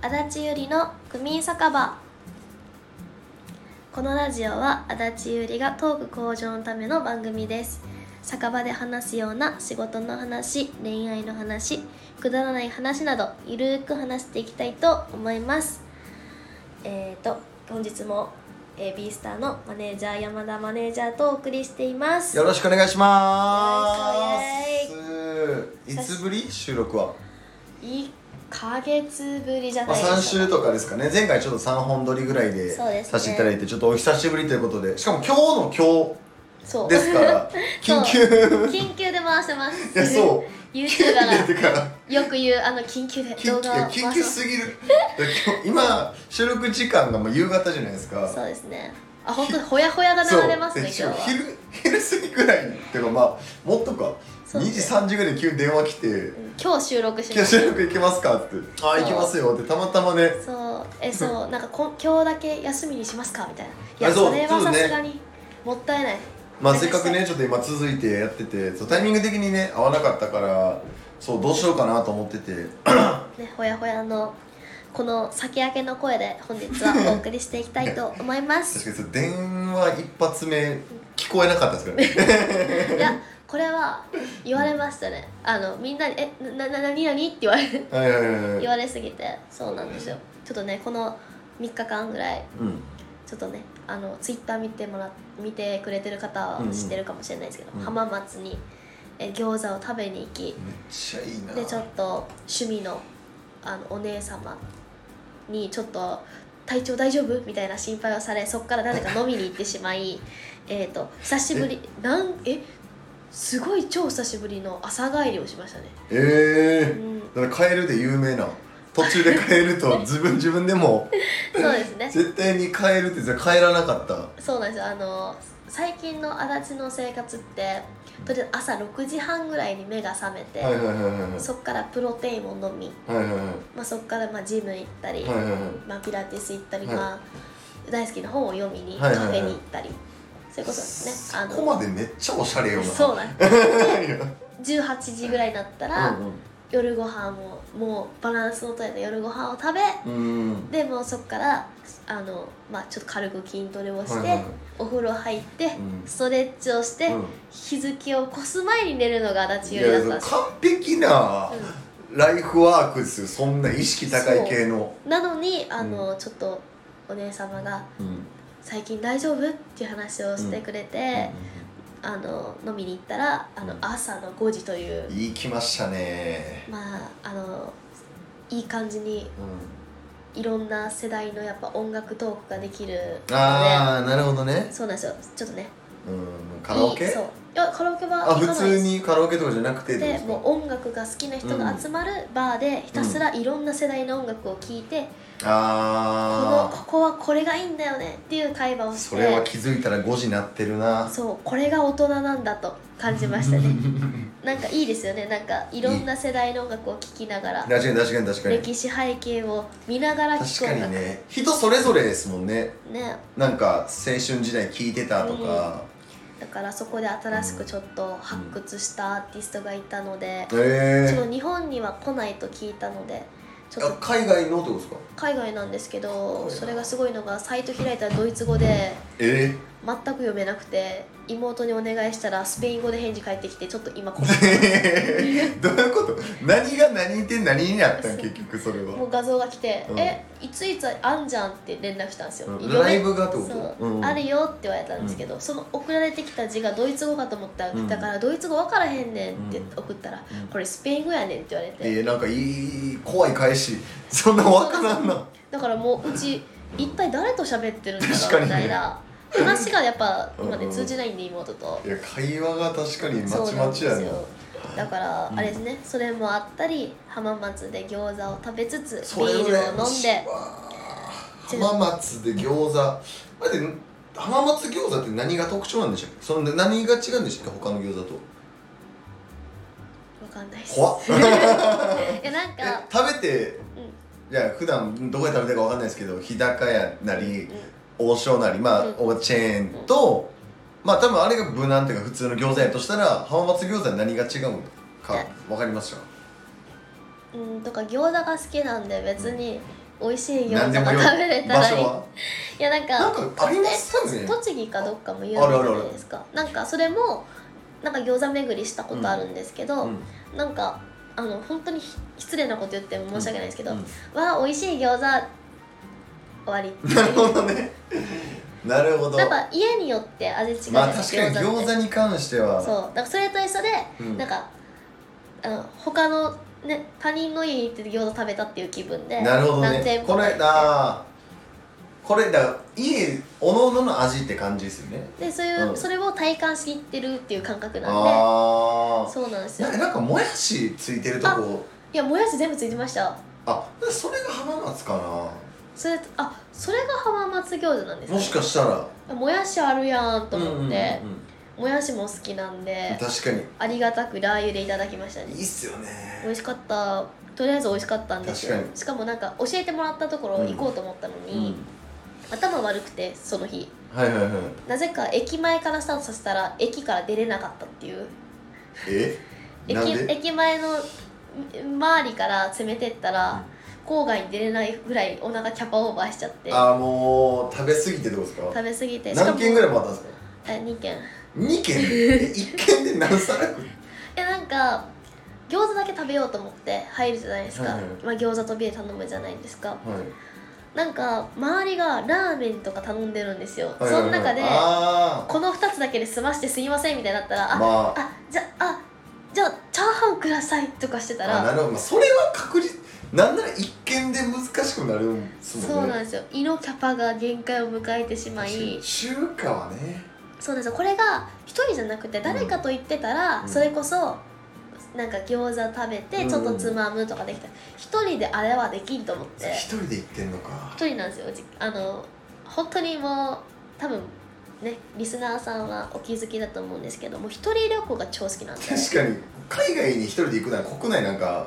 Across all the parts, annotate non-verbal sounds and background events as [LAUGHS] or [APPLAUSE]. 足立ゆりの区民酒場このラジオは足立ゆりがトーク向上のための番組です酒場で話すような仕事の話恋愛の話くだらない話などゆるーく話していきたいと思いますえー、と本日も、えー、B スターのマネージャー山田マネージャーとお送りしていますよろしくお願いしまイす。いつぶり収録は、 1ヶ月ぶりじゃまなあ、い3しょ週うかとかですかね前回ちょっと3本撮りぐらいでそうですねさせていただいて、ちょっとお久しぶりということでしかも今日のそ今う日ですか [LAUGHS] らそう緊急い緊急で回してますやそう YouTube か入れてかららよく言うあの緊急で緊動急画をいや回しま緊急すすぎ [LAUGHS] るいや今日今収録時間がもう夕方じゃないですかそうですねあ本当にほやほやが流れますねで今日は昼 [LAUGHS] 昼過ぎぐらいにっていうかまあもっとかそう2時3時ぐらいに急に電話来てうん今日収録「し今ま日す収録行けますか?」って「ああ行きますよ」ってたまたまねそうえそうなんかこ今日だけ休みにしますかみたいないやあそうそれはそうさねすがにもったいないまあせっかくねちょっと今続いてやっててそうタイミング的にね合わなかったからそうどうしようかなと思っててねほやほやのこの酒明けの声で本日はお送りしていきたいと思います [LAUGHS] 確かにそう電話一発目聞こえなかった [LAUGHS] ですからねいやこれは言われましたねあのみんなに「えなな何何?」って言われるはいはいはいはい言われすぎてそうなんですよちょっとねこの3日間ぐらいうんちょっとねあのツイッター見てもら見てくれてる方は知ってるかもしれないですけど、うんうん浜松にえ餃子を食べに行きめっちゃいいなでちょっと趣味のあのお姉様にちょっと体調大丈夫みたいな心配をされそこから誰か飲みに行ってしまい [LAUGHS] えっと久しぶりなんえすごい超久しぶりの朝帰りをしましたね、うええん、だからカエルで有名な途中でカエル [LAUGHS] と自分自分でもそうですね絶対にカエルって絶対帰らなかったそうなんですよあの最近の足立の生活ってとりあえず朝6時半ぐらいに目が覚めて、はいはいはいはいはいそっからプロテインを飲み、はいはいはいまあ、そっからまあジム行ったり、はいはいはいまあ、ピラティス行ったり、はいまあ、大好きな本を読みにカはいフはいはいェに行ったり、それこそですねあそのこまでめっちゃおしゃれよなそううなん [LAUGHS] でいや18時ぐらいになったら、うん夜ご飯をもうバランスのとれた夜ご飯を食べうんうんでもうそっからあの、まあ、ちょっと軽く筋トレをして、はいはいはいお風呂入って、んストレッチをして、うん日付を越す前に寝るのが足立いよりだっやたん完ですよ璧なうんライフワークですよそんな意識高い系のなのにあの、ちょっとお姉様がうん「最近大丈夫?」っていう話をしてくれて、あの飲みに行ったらあのうん朝の5時という、いいきましたねまああのいい感じにうんいろんな世代のやっぱ音楽トークができるのああなるほどねでそうなんですよちょっとねうんカラオいいケそういやカラオケはあ行か普ないで通すにカラオケとかじゃなくてってことでですかもう音楽が好きな人が集まるバーでひたすらいろんな世代の音楽を聴いて、このあここはこれがいいんだよねっていう会話をあしてそれは気づいたら5時なってるなそうこれが大人なんだと感じましたね [LAUGHS] なんかいいですよねなんかいろんな世代の音楽を聴きながら確かに確かに確かに歴史背景を見ながら確聴くか音楽にねね人それぞれですもんねねなんか青春時代聴いてたとかだからそこで新しくちょっと発掘したアーティストがいたので、えちょっえと日本には来ないと聞いたのでちょっあと海外のってことですか海外なんですけっこいいどなそれがすごいのがサイト開いたらドイツ語でええ全く読めなくて妹にお願いしたらスペイン語で返事返ってきてちょっと今困ってますえ [LAUGHS] ーどういうこと何が何で何になったん結局それもは [LAUGHS] う画像が来て「うんえいついつあんじゃん」って連絡したんですよ、ういんろいろライブがってことそう、うんあるよって言われたんですけど、その送られてきた字がドイツ語かと思ったら、うんだからドイツ語分からへんねんってうん送ったら、うんこれスペイン語やねんって言われて、えー、なんかいい怖い返しそんなわからんなだからもううち一体誰と喋ってるんだ確ろかうにみたねいな、話がやっぱ今うねん通じないんで妹と。いや会話が確かにまそうちなんまですちやなよだからうんあれですね、それもあったり浜松で餃子を食べつつビそれーをねルを飲んでうわー浜松で餃子あれって浜松餃子って何が特徴なんでしょうその何が違うんでしょうか他の餃子とわかんないです怖っいやなんえか食べてうんいや普段どこで食べてるかわかんないですけど日高屋なり、うん王将なりまあ、うんおチェーンと、まあ多分あれが無難っていうか普通の餃子やとしたら浜松餃子は何が違うのかえわかりますかうんとか餃子が好きなんで別に美味しい餃何で子もよがい食べれた場ら所いいはいやなんかなんかありますよねえ栃木かどっかも有名じあるあゃるあるないですかなんかそれもなんか餃子巡りしたことあるんですけど、うんなんかあの本当にひ失礼なこと言っても申し訳ないですけど、うん [LAUGHS] わあ美味しい餃子終わり [LAUGHS] なるほどねなるほどなんか家によって味違うじゃなまあいですか確かに餃って子に関してはそうだからそれと一緒で、うんなんかあの他のね他人の家に行って餃子食べたっていう気分でなるほど何ね千歩こか行っれてあーこれだから家おのおのの味って感じですよねでそういう、うんそれを体感しきってるっていう感覚なんあでそうなんですーよなんかなんかもやしついてるとこいやもやし全部ついてましたあそれが浜松かそれあそれが浜松餃子なんですなもしかしたらかもやしあるやんと思って、うんうんうんもやしも好きなんで確かにありがたくラー油でいただきましたねいいっすよね美味しかったとりあえず美味しかったんですよ確かにしかもなんか教えてもらったところ行こうと思ったのに、頭悪くてその日うん、はいはいはいなぜか駅前からスタートさせたら駅から出れなかったっていうえなん駅で駅前のん周りから攻めてったら、郊外に出れないぐらいお腹キャパオーバーしちゃってあーもう食べ過ぎてどうですか食べ過ぎてしか何も件ぐらいもあったんですかえ2軒2件え1件で何皿 [LAUGHS] 食うえなんか餃子だけ食べようと思って入るじゃないですか、はいはいまあ、餃子とビール頼むじゃないですかはいなんか周りがラーメンとか頼んでるんですよ、はいはいはいその中であこの2つだけで済ましてすいませんみたいになったらああ、まああじゃあじゃあチャーハンくださいとかしてたあならるほど、まあ、それは確実なんなら一見で難しくなるんですそもうんなんねですよ胃のキャパが限界を迎えてしまい確かに中華はねそうなんですよこれが1人じゃなくて誰かと行ってたら、うんそれこそなんか餃子食べてちょっとつまむとかできた、一1人であれはできんと思って一人で行ってんのか一人なんですようちあの本当にもう多分ねリスナーさんはお気づきだと思うんですけどもう一人旅行が超好きなんで確かに海外に一人で行くなら国内なんか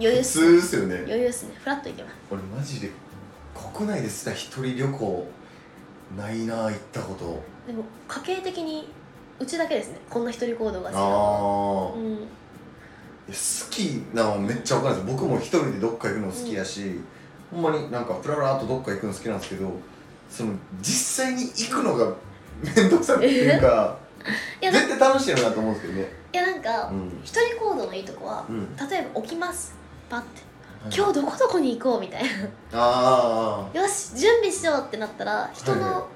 余裕普っす通ですよね余裕っすねフラッと行けます俺マジで国内ですら一人旅行ないな行ったことでも家計的にうちだけですねこんな一人行動があ好きなのあ、うんいや好きなのめっちゃわかるんですよ僕も一人でどっか行くの好きやし、ほんまになんかプラプラっとどっか行くの好きなんですけどその実際に行くのが面倒くさくてっていうか [LAUGHS] いやない絶対楽しいよなと思うんですけどねやなんか、うん一人行動のいいとこはうん例えば起きますパッて日今日どこどこに行こうみたいあな [LAUGHS] よし準備しようってなったら人の、はいは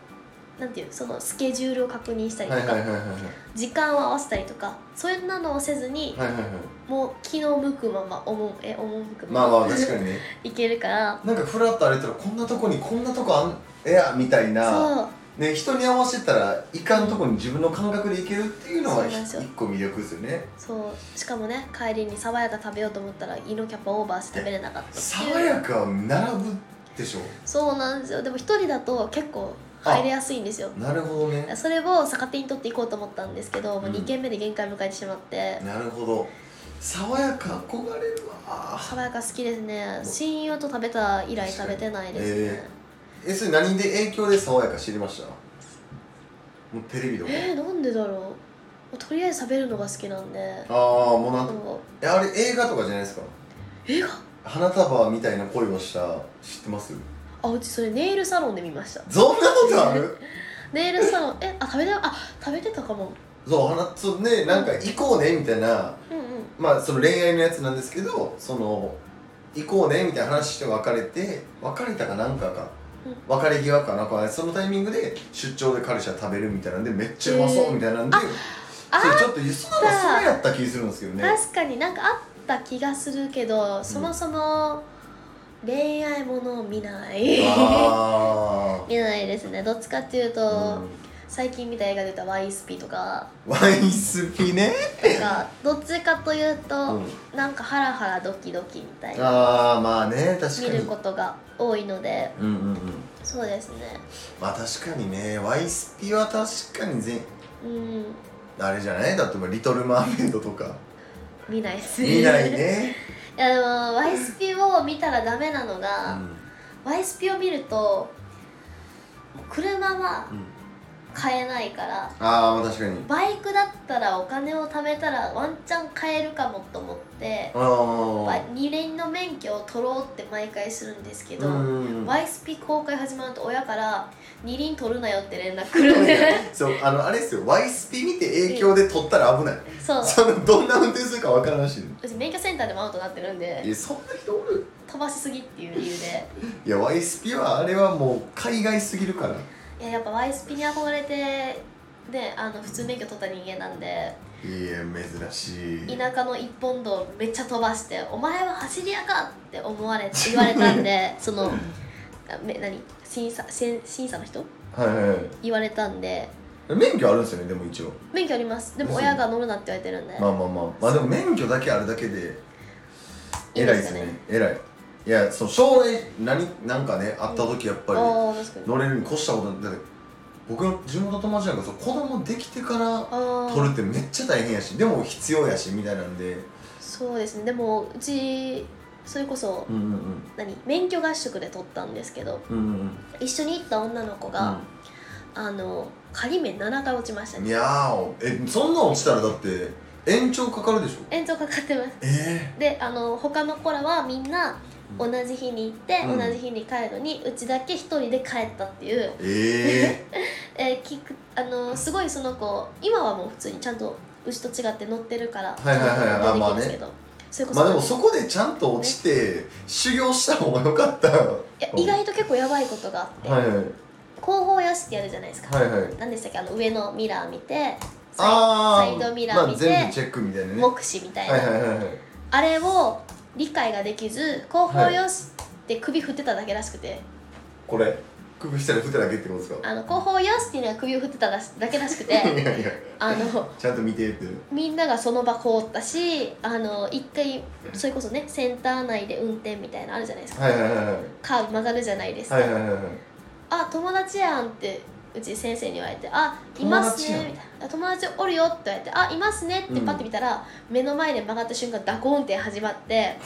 なんていうそのスケジュールを確認したありとはか、いはいはいはいはい時間を合わせたりとかそういうのをせずに、はいはいはいもう気の向くままおもえ赴くまあまままあ確かにね [LAUGHS] 行けるからなんかふらっと歩いたらこんなとこにこんなとこあんえやみたいな、そうね、人に合わせたらいかんとこに自分の感覚で行けるっていうのそはうなんです一よ個魅力ですよねそうしかもね帰りに爽やか食べようと思ったら胃のキャパオーバーして食べれなかったって爽いうやかは並ぶでしょそうなんですよでも一人だと結構入れやすいんですよなるほどねそれを逆手に取っていこうと思ったんですけど、もううん2軒目で限界迎えてしまって、なるほど爽やか憧れるわ爽やか好きですね親友と食べた以来食べてないですねえそれ何で影響で爽やか知りましたもうテレビとかえー、なんでだろうもうとりあえず食べるのが好きなんでああもうなそうえあれ映画とかじゃないですか映画花束みたいな恋をした知ってます [LAUGHS] あうちそれネイルサロンで見ましたそんなことあるネイルサ [LAUGHS] ロンえあ食べてあ食べてたかもそう花そうねなんか行こうねみたいなうんうんまあその恋愛のやつなんですけどその行こうねみたいな話して別れて別れたかなんかか、別れ際かなんかそのタイミングで出張で彼氏は食べるみたいなんでめっちゃうまそうみたいなんで、あそれちょっとゆすあったそれやった気するんですけどね確かになんかあった気がするけどそもそも恋愛ものを見ないあ [LAUGHS] 見ないですねどっちかっていうと、あ、うん、最近見た映画で言ったら YSP とかワインスピね、なんかどっちかといううと、ん、なんかハラハラドキドキみたいなああまあね確か見にることが多いのでうんうんうんそうですねまあ確かにねワイスピは確かに全うんあれじゃないだってもうリトル・マーメイド」とか見ないです見ない [LAUGHS] いね、やでも YSP を見たらダメなのうが、ん YSP を見ると車はうん買えないからああまあ確かにバイクだったらお金を貯めたらワンチャン買えるかもと思って、ああ二輪の免許を取ろうって毎回するんですけど、うん YSP 公開始まると親から二輪取るなよって連絡来るんでそうあのあれですよ Y スピ見て影響で撮ったら危ないそうそのどんな運転するか分からんしうち免許センターでもアウトになってるんいでやそんな人おる飛ばしすぎっていう理由でいや Y スピはあれはもう海外すぎるからいややっぱ YSP に憧れてねあの普通免許取った人間なんでいや珍しい田舎の一本道めっちゃ飛ばして「お前は走り屋か!」って思われて言われたんでそのあめ何審査審審査の人はいはいはい言われたんで免許あるんですよねでも一応免許ありますでも嘘親が乗るなって言われてるんで、まあまあまあまあでも免許だけあるだけでいい偉いでですすかねね偉いいやそう将来何なんかねあった時やっぱりああ確かに乗れるに越したことないだって僕の地元の友達なんかそう子供できてからああ取るってめっちゃ大変やしでも必要やしみたいなんでそうですねでもうちそれこそうんうん何免許合宿で取ったんですけどうんうんうん一緒に行った女の子が、あの仮免7回落ちましたうんいねやーおえそんなん落ちたらだって延長かかるでしょ延長かかってますえであの他の子らはみんな同うんじ日に行って、うん同じ日に帰るのにうちだけ一人で帰ったっていう、えええー聞くあのすごいその子今はもう普通にちゃんとうちと違って乗ってるからはいはいはいちゃんとまあ乗ってできるんですけど、それこー、そ,、まあでもそこでちゃんと落ちて修行した方が良かったはいや意外と結構やばいことがあって、いはいはい後方よしってやるじゃないですか、はい何でしたっけあの上のミラー見てあサイードミラー見てまあ、全部チェックみたいなね目視みたいな、はいはいはいはいあれを理解ができず後方よしって首振ってただけらしくて。これ首したら振っただけってことですかあの後方よしっていうのは首を振ってただしだけらしく [LAUGHS] ていやいやあのちゃんと見てってみんながその場凍ったしあの一回それこそねセンター内で運転みたいなのあるじゃないですか、はいはいはいはいカーブ曲がるじゃないですか、はいはいはいはいあ友達やんってうち先生に言われて「あいますね」みたいなあ「友達おるよ」って言われて「あいますね」ってパッて見たら、目の前で曲がった瞬間蛇行運転始まって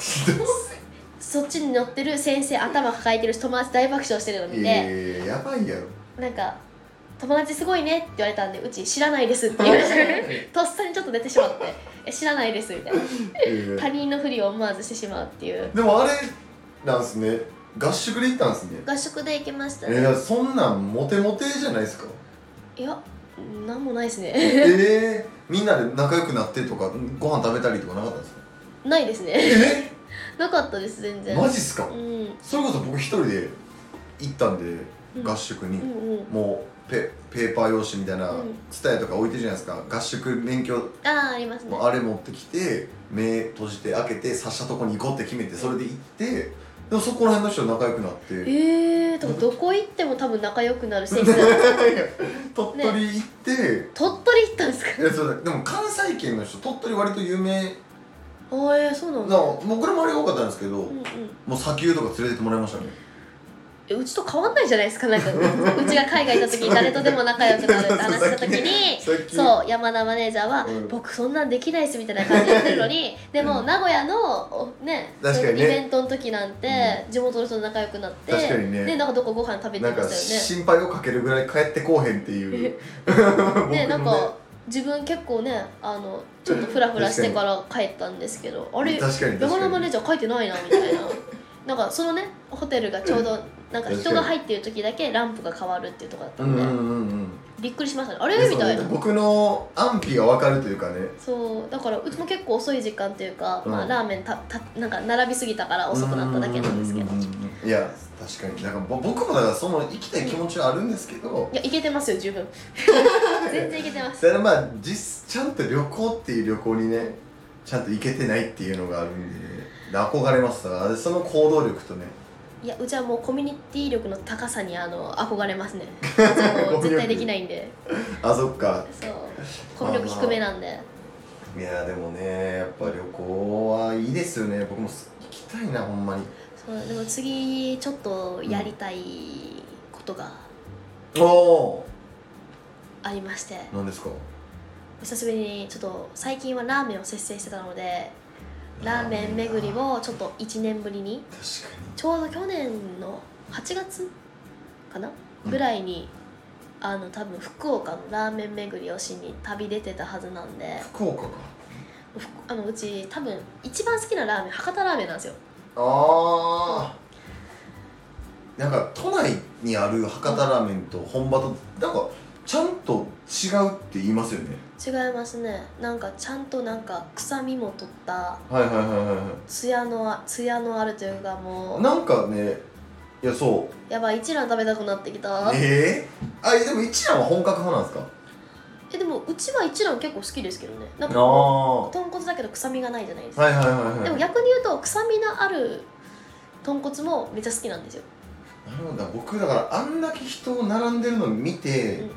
そっちに乗ってる先生頭抱えてるし友達大爆笑してるの見いて。やいやいややばいやろなんか「友達すごいね」って言われたんで「うち知らないです」って言われてとっさにちょっと出てしまってえ「知らないです」みたいないやい他や人のふりを思わずしてしまうっていうでもあれなんすね合宿で行ったんすね合宿で行きましたえねー、そんなんモテモテじゃな [LAUGHS] いですかいやなんもないですねええみんなで仲良くなってとかご飯食べたりとかなかったんですかないですねえなかったです全然マジっすかうんそれこそ僕一人で行ったんでうん合宿に、うんうんもうペペーパー用紙みたいなうん伝えとか置いてるじゃないですか合宿免許ああありますねのあれ持ってきて目閉じて開けて刺したとこに行こうって決めてそれで行ってでもそこら辺の人と仲良くなって [LAUGHS] いえー、でもどこ行っても多分仲良くなる先生やいや鳥取行って、鳥取行ったんですかいやそうだでも関西圏の人鳥取割と有名ああえー、そうななんんだか僕の周りが多かったんですけど、うんうんもう砂丘とか連れてってもらいましたねえうちと変わんないじゃないですかなんかうちが海外行った時 [LAUGHS] に誰とでも仲良くなるって話した時にさっきそう山田マネージャーは、うん僕そんなんできないですみたいな感じで言ってるの [LAUGHS] にでも名古屋のおね確かにねそういうイベントの時なんて、地元の人と仲良くなって確かにねでなんかどこご飯食べてまなんしたかよ心配をかけるぐらい帰ってこうへんっていう僕の [LAUGHS] ねでねなんか自分結構ねあのちょっとフラフラしてから帰ったんですけどあれ確かに確山か田にマネージャー書いてないなみたいななんかそのねホテルがちょうどなんか人が入ってる時だけランプが変わるっていうとこだったうんんうで、んうんうんびっくりしましたねあれみたいなそう僕の安否が分かるというかねそうだからうちも結構遅い時間というか、うんまあ、ラーメンたたなんか並びすぎたから遅くなっただけなんですけどうういんうんいや確かになんかぼ僕もだからその生きたい気持ちはあるんですけど、やいけてますよ十分 [LAUGHS] 全然いけてますそれはまあ実ちゃんと旅行っていう旅行にねちゃんと行けてないっていうのがあるんで、ね、で憧れますだからその行動力とねいやうちはもうコミュニティ力の高さにあの憧れます [LAUGHS] ねうちはもう絶対できないんであそっかそうコミュ力低めなんでいやでもねやっぱ旅行はいいですよね僕もす行きたいなほんまにそうでも次ちょっとやりたいことがおおありまして、何ですか久しぶりにちょっと最近はラーメンを節制してたのでラーメン巡りをちょっと1年ぶりに確かにちょうど去年の8月かなうんぐらいに、あの多分福岡のラーメン巡りをしに旅出てたはずなんで、福岡かふあのうち多分一番好きなラーメン博多ラーメンなんですよあーなんか都内にある博多ラーメンと本場となんかちゃんと違うって言いますよね違いますねなんかちゃんとなんか臭みも取ったはいはいはいはいはツヤのあツヤのあるというかもいなんかねいやそううやばい一蘭食べたくなってきたえー、あえでも一蘭は本格派なんですかえでもうちは一蘭結構好きですけどねなんかあ豚骨だけど臭みがないじゃないですか、あはいはいはいはいでも逆に言うと臭みのある豚骨もめっちゃ好きなんですよなるほどな僕だからあんだけ人を並んでるの見て、うん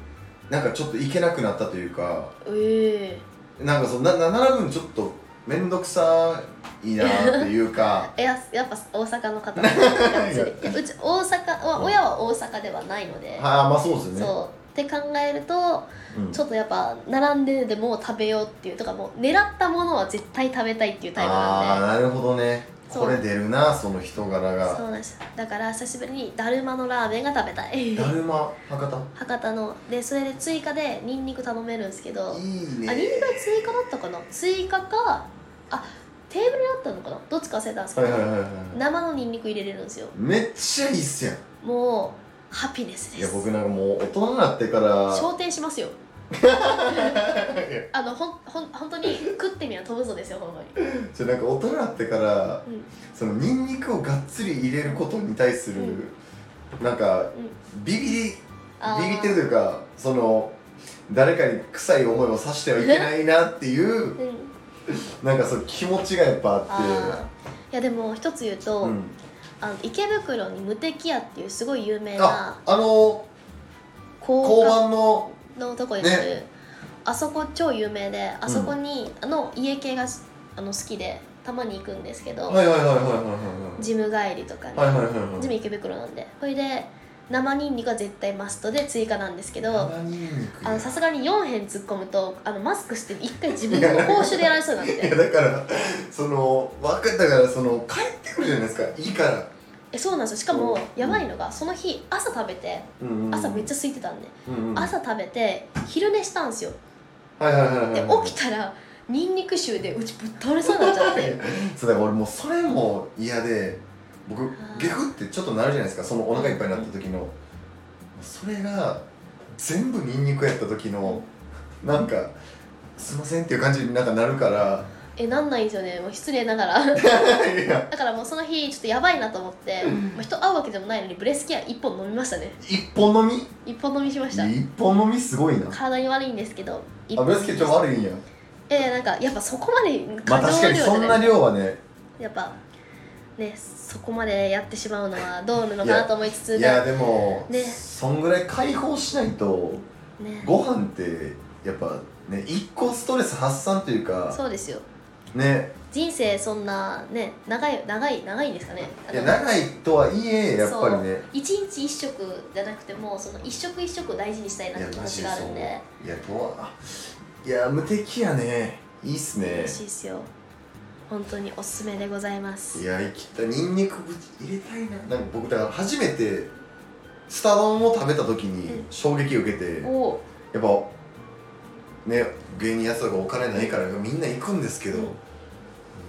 なんかちょっといけなくなったというかえなんかそのなな並ぶのちょっと面倒くさいなってい [LAUGHS] うかえややっぱ大阪の方なんですよ [LAUGHS] い [LAUGHS] いやうち大阪は親は大阪ではないので、ああまあそうですよねそうって考えるとうんちょっとやっぱ並んででも食べようっていうとかもう狙ったものは絶対食べたいっていうタイプああなんでなるほどねそうこれ出るなその人柄そうがなんですだから久しぶりにだるまのラーメンが食べたいだるま博多博多のでそれで追加でニンニク頼めるんですけどあいいニンニねクは追加だったかな追加かあテーブルだったのかなどっちか忘れたんですけはど、いはいはいはい生のニンニク入れれるんですよめっちゃいいっすやんもうハピネスいでやす僕なんかもう大人になってから昇天しますよいやあのほんほん本当に食ってみは飛ぶぞですよほんまにそれなんか大人になってから、うんそのニンニクをがっつり入れることに対する、なんかうんビビりあービビってるというかその誰かに臭い思いをさしてはいけないなっていううんなんかそう気持ちがやっぱあっあーいやでも一つ言うと、てうんあの池袋に無敵屋っていうすごい有名あなあの高交架番ののとこにある、あそこ超有名であそこに、あの家系がすあの好きでたまに行くんですけど、はいはいはいはいはいはいジム帰りとかに、はいはいはいはいジム池袋なんでそれで生ニンニクは絶対マストで追加なんですけど生ニンニクあのさすがに4辺突っ込むとあのマスクして一回自分の報酬でやられそうになっい [LAUGHS] やてだからその分かったからその帰ってくるじゃないですかいいから、えそうなんですよしかもやばいのがその日朝食べてうんうん朝めっちゃ空いてたんでうんうん朝食べて昼寝したんですよはいはいはいはいで起きたらニンニク臭でうちぶっ倒れそうになっちゃってそうだから俺もうそれも嫌で僕ーゲフってちょっとなるじゃないですかそのお腹いっぱいになった時のそれが全部ニンニクやった時のなんかすいませんっていう感じになんかなるからえなんないんですよねもう失礼ながら [LAUGHS] だいやからもうその日ちょっとやばいなと思って、まあ、人会うわけでもないのにブレスケア1本飲みましたね一本飲み1本飲みしました一本飲みすごいな体に悪いんですけど一あ本ブレスケちょっと悪いんやえなんかやっぱそこまでまあ確かにそんな量はねやっぱねそこまでやってしまうのはどうなのかなと思いつついやでも、ねそんぐらい解放しないとねご飯ってやっぱね一個ストレス発散というかそうですよね人生そんなね長い長い長いんですかねあいのや長いとはいえやっぱりね一日一食じゃなくてもその一食一食を大事にしたいなっいやて気マ持ジちでがあそるんうでいやとはいや無敵やねいいっすね嬉しいですよ本当におすすめでございますいや生きたニンニク入れたいななんか僕だから初めてスタ丼を食べた時にうん衝撃を受けて、やっおぱね芸人やつとかお金ないからみんな行くんですけど、うん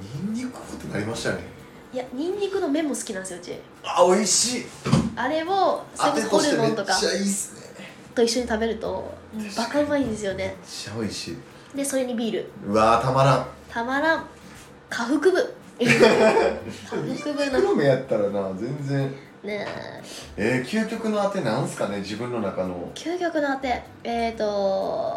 ニンニクってなりましたねいやニンニクの麺も好きなんですようちあ美味しいあれをそれあこてそとホしてルモめンっちとかゃいいっすねと一緒に食べるともうバカうまいんですよねめっちゃ美味しいでそれにビールうわーたまらんたまらん下腹部 [LAUGHS] 下腹部の黒目やったらな全然ねええー、究極のあてなんすかね自分の中の究極のあてえーと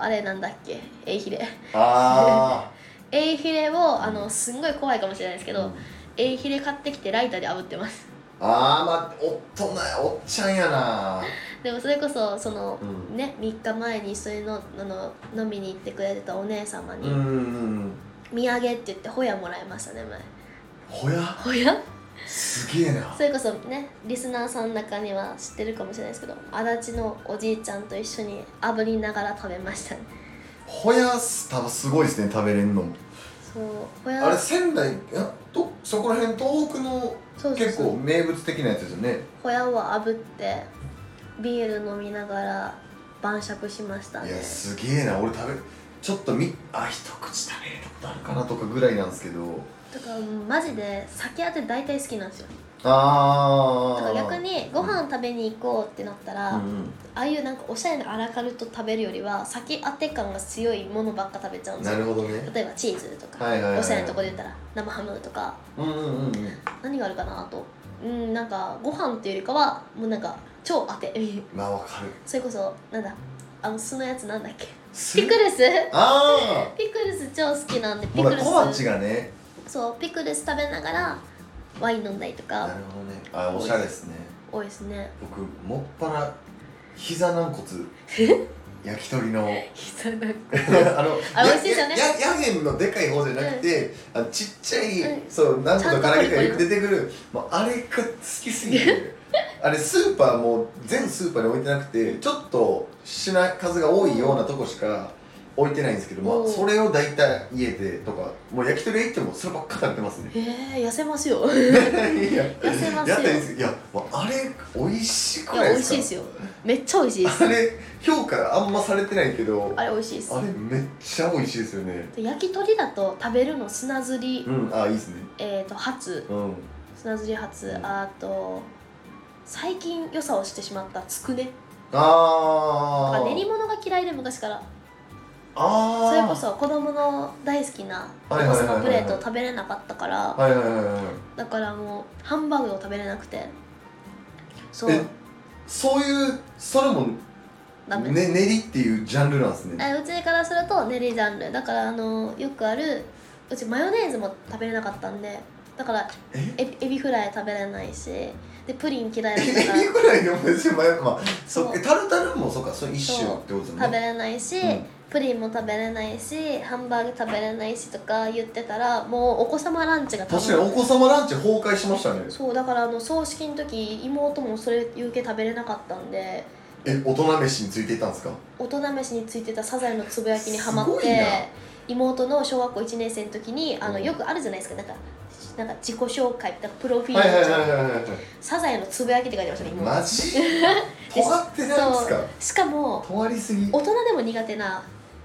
あれなんだっけエイヒレあエイヒレをあのすんごい怖いかもしれない [LAUGHS] ですけー、ど、エイヒレ買ってきてライターで炙ってますあーまあおっとなおっちゃんやなでもそれこそその、うね3日前に一緒にのあの飲みに行ってくれてたお姉様うに、ん土産って言ってホヤもらいましたね前ほやホヤすげえなそれこそねリスナーさんの中には知ってるかもしれないですけど足立のおじいちゃんと一緒に炙りながら食べましたねほやす多分すごいですね食べれんのもそうホヤあれ仙台やとそこら辺東北のそうそう結そう構名物的なやつですよねホヤを炙ってビール飲みながら晩酌しましたいねやすげえな俺食べちょっとみあ一口食べれたことあるかなとかぐらいなんですけどだからもうマジで酒あて大体好きなんですよだあかあら逆にご飯食べに行こうってなったら、うあんあいうなんかおしゃれなアラカルト食べるよりは酒あて感が強いものばっか食べちゃうんうんですなよるほどね例えばチーズとか、はいはいはいおしゃれなとこで言ったら生ハムとかうんうんうんうん何があるかなとうんなんかご飯っていうよりかはもうなんか超当て [LAUGHS] まあわかるそれこそなんだあの酢のやつなんだっけすピクルスあピクルス超好きなんであピほクらル小鉢スがねそうピクルス食べながらワイン飲んだりとかなるほどねあおしゃれですね多いですね [LAUGHS] 僕もっぱら膝軟骨焼き鳥の膝なんか [LAUGHS] あのあや美味しいですよねやややげんのでかい方じゃなくて、あのちっちゃい、うんそう軟骨の唐揚げとかよくちゃ出てくるもうあれが好きすぎ [LAUGHS] てあれスーパーもう全スーパーに置いてなくてちょっと品数が多いようなとこしか置いてないんですけど、まおあ、うそれを大体家でとかもう焼き鳥屋行ってもそればっか食べてますねえー、痩せますよ [LAUGHS] [LAUGHS] いや痩せますよやってないですいや、まあ、あれ美味しくいなやい美で味すしかいですよめっちゃ美味しいですあれ評価あんまされてないけどあれ美味しいですあれめっちゃ美味しいですよねで焼き鳥だと食べるの砂ずり、うんあいいですねえっ、とハツうん砂ずりハツうんあと最近良さをしてしまったつくねあなんあか練り物が嫌いで昔からああそれこそ子供の大好きなおはいはいはいは子い様プレートを食べれなかったからはいはいはいはいだからもうハンバーグを食べれなくてそうえそういうそれも、ダメ、ね、練りっていうジャンルなんですねえうちからすると練りジャンルだからあのよくあるうちマヨネーズも食べれなかったんでだからえエビエビフライ食べれないしでプリン嫌いだえったからぐらいの別に迷うまあそそううえタルタルもそうかそれ一種ってことです食べねれないし、うんプリンも食べれないしハンバーグ食べれないしとか言ってたらもうお子様ランチが確食かべにお子様ランチ崩壊しましたねそうだからあの葬式の時妹もそれ有形食べれなかったんでえ大人飯についていたんですか大人飯についてたサザエのつぶやきにはますっごいなて妹の小学校1年生の時にあの、うんよくあるじゃないですかなんかなんか自己紹介なんかプロフィール、はいはいはいはいはいサザエのつぶやきって書いてましたね妹、マ [LAUGHS] ジ尖ってないんですかしかも尖りすぎ大人でも苦手な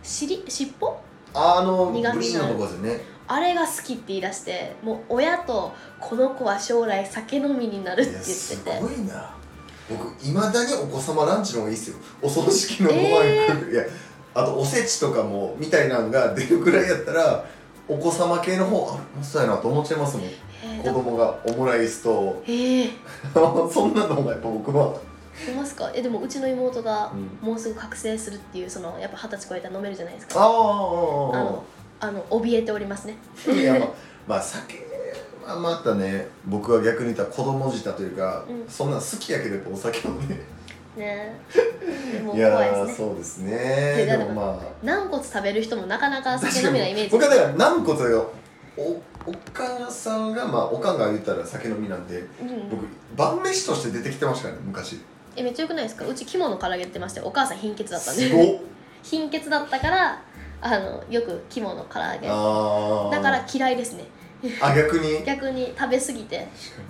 尻尻尾あの苦味のあるブリのとこですよねあれが好きって言い出してもう親とこの子は将来酒飲みになるってい言やってすてごいな僕いまだにお子様ランチの方がいいですよお葬式のご飯来る、いやあとおせちとかもみたいなんが出るくらいやったらお子様系の方あそうやなと思っちゃいますもんえー、子だ供がオムライスと [LAUGHS] えー、そんなのがやっぱ僕は出ますかえでもうちの妹がうんもうすぐ覚醒するっていうそのやっぱ二十歳超えたら飲めるじゃないですあかああのあの怯えておりますねいやまあ [LAUGHS] まあ酒はまたね僕は逆に言ったら子供舌というか、うんそんなん好きやけどやっぱお酒もねね [LAUGHS] えでも怖いいやでーすねそうですいねやででももまあ軟骨食べる人もなかなか確酒か飲みなイメーにジ僕はだから軟骨がおお母さんがまあおかんが言ったら酒飲みなんでうん、僕晩飯として出てきてましたからね昔えめっちゃよくないですかうち肝の唐揚げって言ってましたよお母さん貧血だったんすでごっ貧血だったからあのよく肝の唐揚げあーだから嫌いですねあ逆に確か逆に食べ過ぎてに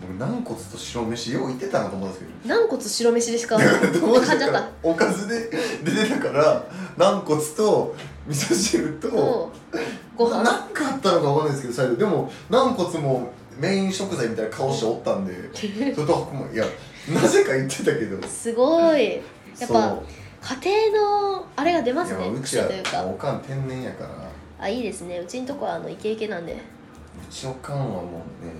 僕軟骨と白飯よういってたなと思うんです [LAUGHS] けど軟骨白飯でしか [LAUGHS] どうし感てじゃったかおかずで出てたから軟骨と味噌汁ととごな飯なんかあったのかわかんないですけど最後でも軟骨もメイン食材みたいな顔しておったんで [LAUGHS] それともいやなぜか言ってたけどすごいやっぱそう家庭のあれが出まいすやねうち癖というはかおかん天然やからうあいいですねうちのとこはあのイケイケなんでちおかんはもうね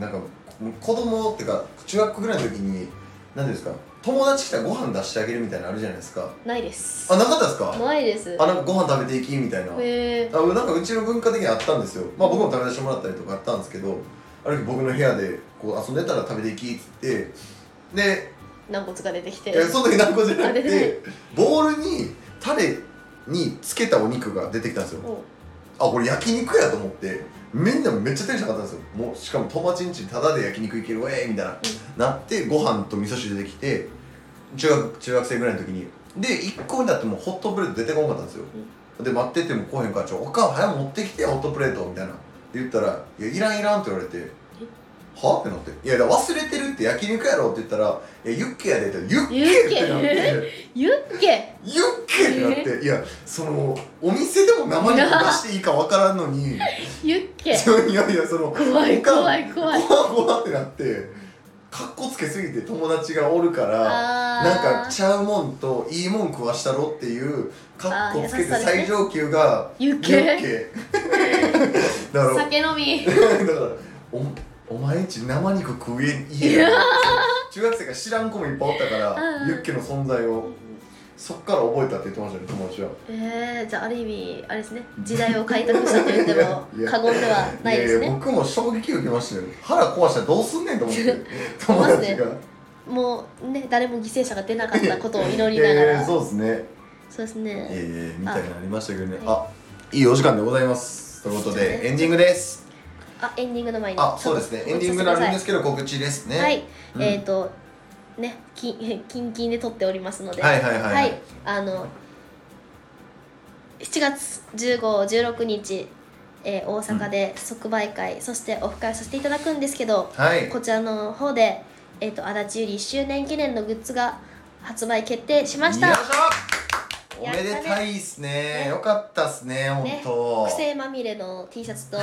なんかもう子供っていうか中学ぐらいの時に何ですか友達来たらご飯出してあげるみたいなのあるじゃないですかないですあなかったですかないですあなんかご飯食べていきみたいなあへえなんかうちの文化的にあったんですよまあ僕も食べさせてもらったりとかあったんですけどある日僕の部屋でこう遊んでたら食べていきっつってで軟骨が出てきてえその時何個じゃなあ出くてないてボウルにタレにつけたお肉が出てきたんですよおあこれ焼肉やと思ってみんなめっちゃテンション上がったんですよもうしかも友達んちタダで焼肉行けるわえみたいな、なってご飯と味噌汁出てきて中学中学生ぐらいの時にで1個になってもうホットプレート出てこなかったんですよ、で待ってても来へんからちょ「おかん早く持ってきてよホットプレート」みたいなで言ったら「いやいらんいらん」って言われてはってなって「いやだから忘れてるって焼肉やろ」って言ったら「いやユッケやで」って言ったら「ユッケ」ってなってユッケ「ユッケ」ってなっていやそのお店でも生肉出していいかわからんのにいユッ [LAUGHS] ケやいやいやその怖い怖い怖怖い怖ってなってかっこつけすぎて友達がおるからあなんーかちゃうもんといいもん食わしたろっていうかっこつけてあー優しさでね最上級がユッユッケケ [LAUGHS] だから酒飲みだからおお前んち生肉食え家やいや中学生が知らん子もいっぱいおったからうんうんユッケの存在をそっから覚えたって言ってましたね友達はえー、じゃあある意味あれですね時代を開拓したと言っても過言ではないですいやいやね僕も衝撃受けましたよ腹壊したらどうすんねんと思って友 [LAUGHS] ま達すが、もうね誰も犠牲者が出なかったことを祈いりやないがやいやらそうそうですねですねいやいやみたいになりましたけどねああいいお時間でございますということそうですねでエンディングですあエンディングの前にあそうですねエンディングになるんですけど告知ですねは、い、うんえっ、とねき [LAUGHS] キンキンで撮っておりますのではいはいはいはいはいあの7月1516日、えー大阪で即売会、そしてオフ会をさせていただくんですけどはいこちらの方で、えー、と足立ゆり1周年記念のグッズが発売決定しましよたいしょおめでたいっすねねよかったっすね本ね当、癖まみれの T シャツ [LAUGHS] と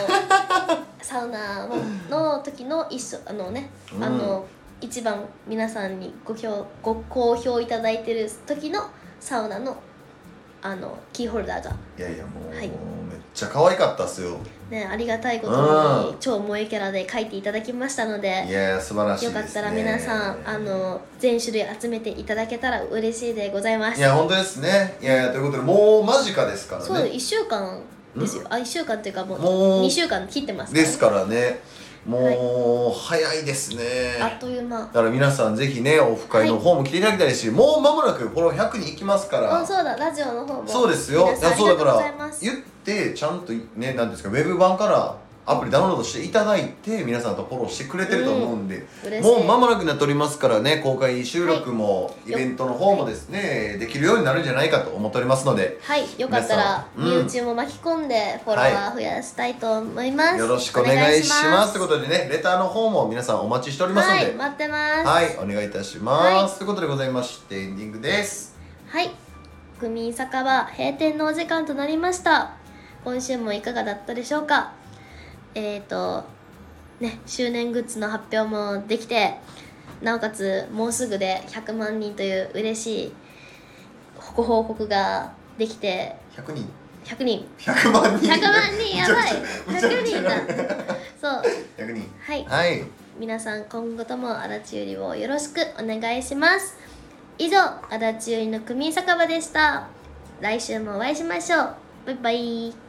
サウナの時の一緒あのね、うんあの一番皆さんにご評ご好評いただいてる時のサウナのあのキーホルダーがいやいやもう、はいめっちゃ可愛かったっすよねありがたいことうに超萌えキャラで書いていただきましたのいで。やいや素晴らしいよですねかったら皆さんあの全種類集めていただけたら嬉しいでございまいすや本当ですねいやいやということでもう間近ですからねそう1週間ですよあ1週間っていうかもうもう2週間切ってますですからねもう、早いですねらあっという間だから皆さんぜひねオフ会の方も来ていただきたいし、もう間もなくこの100人行きますからあそうだラジオの方もそうですよ。皆さんありそうがとだかうございらます言ってちゃんとねなんですかウェブ版からアプリダウンロードしていただいて皆さんとフォローしてくれてると思うんで、嬉しいもう間もなくなっておりますからね公開収録も、イベントの方もですねできるようになるんじゃないかと思っておりますのではいよかったら身皆さんうん内も巻き込んでフォロワー増やしたいと思います、よろしくお願いしますというお願いしことでねレターの方も皆さんお待ちしておりますのはでい、待ってます、はいい、お願いいたします、はということでございましてエンディングですはい、国民酒場閉店のお時間となりました今週もいかがだったでしょうかえっ、ー、とね周年グッズの発表もできてなおかつもうすぐで100万人という嬉しいご報告ができて100人100人 [LAUGHS] 100万人100万人やばいめちゃ100くちゃ人だそう100人はいはい皆さん今後とも足立ゆりをよろしくお願いします以上足立ゆりの組酒場でした来週もお会いしましょうバイバイ